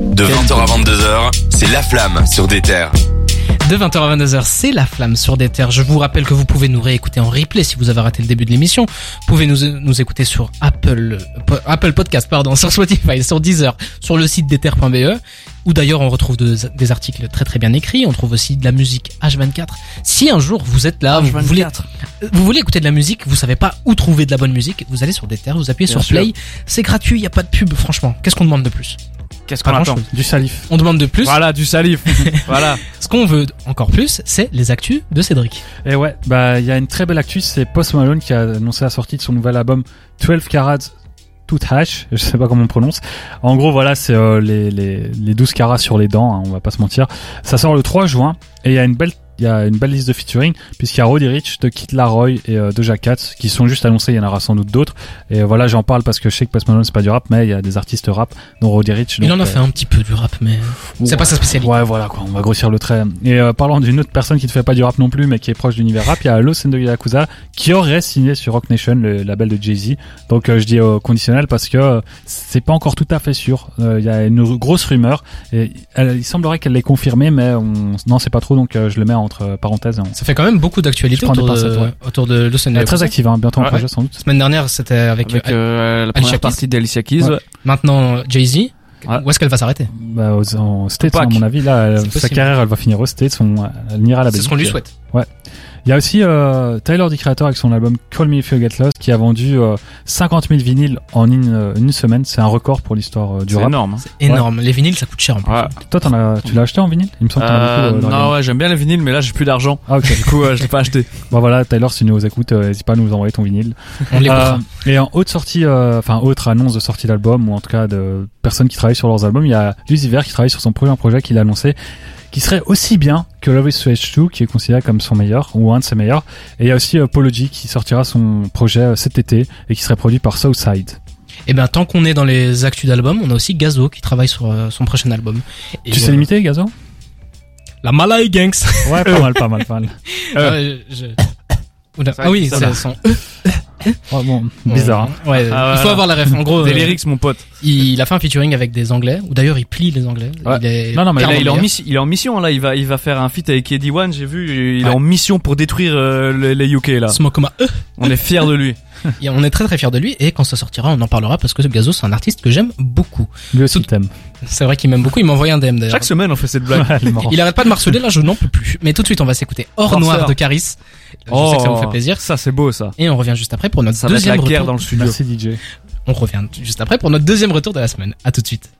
De 20h à 22h, c'est La Flamme sur des terres. De 20h à 22h, c'est la flamme sur des terres. Je vous rappelle que vous pouvez nous réécouter en replay si vous avez raté le début de l'émission. Vous pouvez nous, nous écouter sur Apple, po- Apple Podcast, pardon, sur Spotify, sur Deezer, sur le site desterre.be, où E. d'ailleurs on retrouve de- des articles très très bien écrits. On trouve aussi de la musique H24. Si un jour vous êtes là, vous voulez, vous voulez écouter de la musique, vous savez pas où trouver de la bonne musique, vous allez sur des terres, vous appuyez Bien sur sûr. play. C'est gratuit, il y a pas de pub, franchement. Qu'est-ce qu'on demande de plus? Qu'est-ce Pas qu'on attend grand-chose. Du salif. On demande de plus. Voilà, du salif. voilà. Ce qu'on veut encore plus, c'est les actus de Cédric. Et ouais, bah il y a une très belle actu, c'est Post Malone qui a annoncé la sortie de son nouvel album 12 carats tout hash, je sais pas comment on prononce. En gros, voilà, c'est euh, les, les, les 12 carats sur les dents, hein, on va pas se mentir. Ça sort le 3 juin et il y a une belle il y a une belle liste de featuring puisqu'il y a Roddy Rich, de Kid Laroi et euh, Doja Cat qui sont juste annoncés, il y en aura sans doute d'autres. Et euh, voilà, j'en parle parce que je sais que Post Malone c'est pas du rap, mais il y a des artistes rap dont Roddy Rich. Il donc, en a euh, fait un petit peu du rap, mais c'est ouais. pas sa spécialité. Ouais, voilà quoi, on va grossir le trait. Et euh, parlant d'une autre personne qui ne fait pas du rap non plus, mais qui est proche de l'univers rap, il y a Los de Yakuza qui aurait signé sur Rock Nation, le label de Jay-Z. Donc euh, je dis au conditionnel parce que euh, c'est pas encore tout à fait sûr. Euh, Il y a une grosse rumeur. Et elle- il semblerait qu'elle l'ait confirmée, mais on n'en sait pas trop, donc euh, je le mets entre euh, parenthèses. On- Ça fait quand même beaucoup d'actualités Je prends des autour, de- pincettes, autour de Los Elle est Angeles. très active, hein, bientôt en Ouais. projet sans doute. La semaine dernière, c'était avec, Avec euh, euh, la Alicia première Keys. partie d'Alicia Keys. Ouais. ouais. maintenant Jay-Z. Ouais. Où est-ce qu'elle va s'arrêter Bah, aux, en States, hein, à Tupac. mon avis, là, C'est elle- sa possible. carrière, elle va finir aux States, on, elle ira C'est à la Bah, Belgique. ce qu'on lui souhaite. Il y a aussi euh, Tyler the Creator avec son album Call Me If You Get Lost qui a vendu euh, 50 000 vinyles en une, euh, une semaine. C'est un record pour l'histoire euh, du C'est rap. énorme. hein. Énorme. Les vinyles, ça coûte cher en plus. Ouais. Toi, t'en as, tu l'as acheté en vinyle Il me semble que t'en as Euh, beaucoup. euh, dans les non, mains. ouais, j'aime bien les vinyles, mais là j'ai plus d'argent. Ah, ok. Du coup, euh, je l'ai pas acheté. Bon voilà, Tyler, si tu nous écoutes, euh, n'hésite pas à nous envoyer ton vinyle. On les Euh, et en haute sortie, euh, enfin autre annonce de sortie d'album ou en tout cas de personnes qui travaillent sur leurs albums, il y a Lucifer qui travaille sur son prochain projet qu'il a annoncé, qui serait aussi bien que Love is Strange 2, qui est considéré comme son meilleur ou un de ses meilleurs. Et il y a aussi euh, Polo G qui sortira son projet euh, cet été et qui serait produit par Southside. Et ben, tant qu'on est dans les actus d'albums, on a aussi Gazo qui travaille sur euh, son prochain album. Et, tu euh, sais l'imiter, Gazo La Malay Gangs. Ouais, pas mal, pas mal, pas mal. Euh. Ouais, je- Oula. C'est vrai Ah oui, que ça c'est va. son. Ouais, Oh, bon, bizarre. hein. Ouais, Ah, il faut voilà. avoir la ref. En gros, Des euh, lyrics, mon pote. il a fait un featuring avec des Anglais, ou d'ailleurs il plie les Anglais. Ouais. Il est Non, non, mais Et là, clairement il est, en meilleur. miss- il est en mission, là. Il va, il va faire un feat avec Eddie One, j'ai vu. Il est Ouais. en mission pour détruire euh, les, les UK, là. Smoke on my- On est fiers de lui. Et on est très très fiers de lui et quand ça sortira, on en parlera parce que ce Gazo c'est un artiste que j'aime beaucoup. Lui aussi Tout- le thème. C'est vrai qu'il m'aime beaucoup, il m'a envoyé un DM d'ailleurs. Chaque semaine, on fait cette blague. Ouais, elle est marrante. Il arrête pas de marceler là, je n'en peux plus. Mais tout de suite, on va s'écouter Hors Forceur. Noir de Caris. Je sais que ça vous fait plaisir. Oh, Ça, c'est beau, ça. Et on revient juste après pour notre Ça va être deuxième la guerre retour. dans le studio. Merci DJ. On revient juste après pour notre deuxième retour de la semaine. À tout de suite.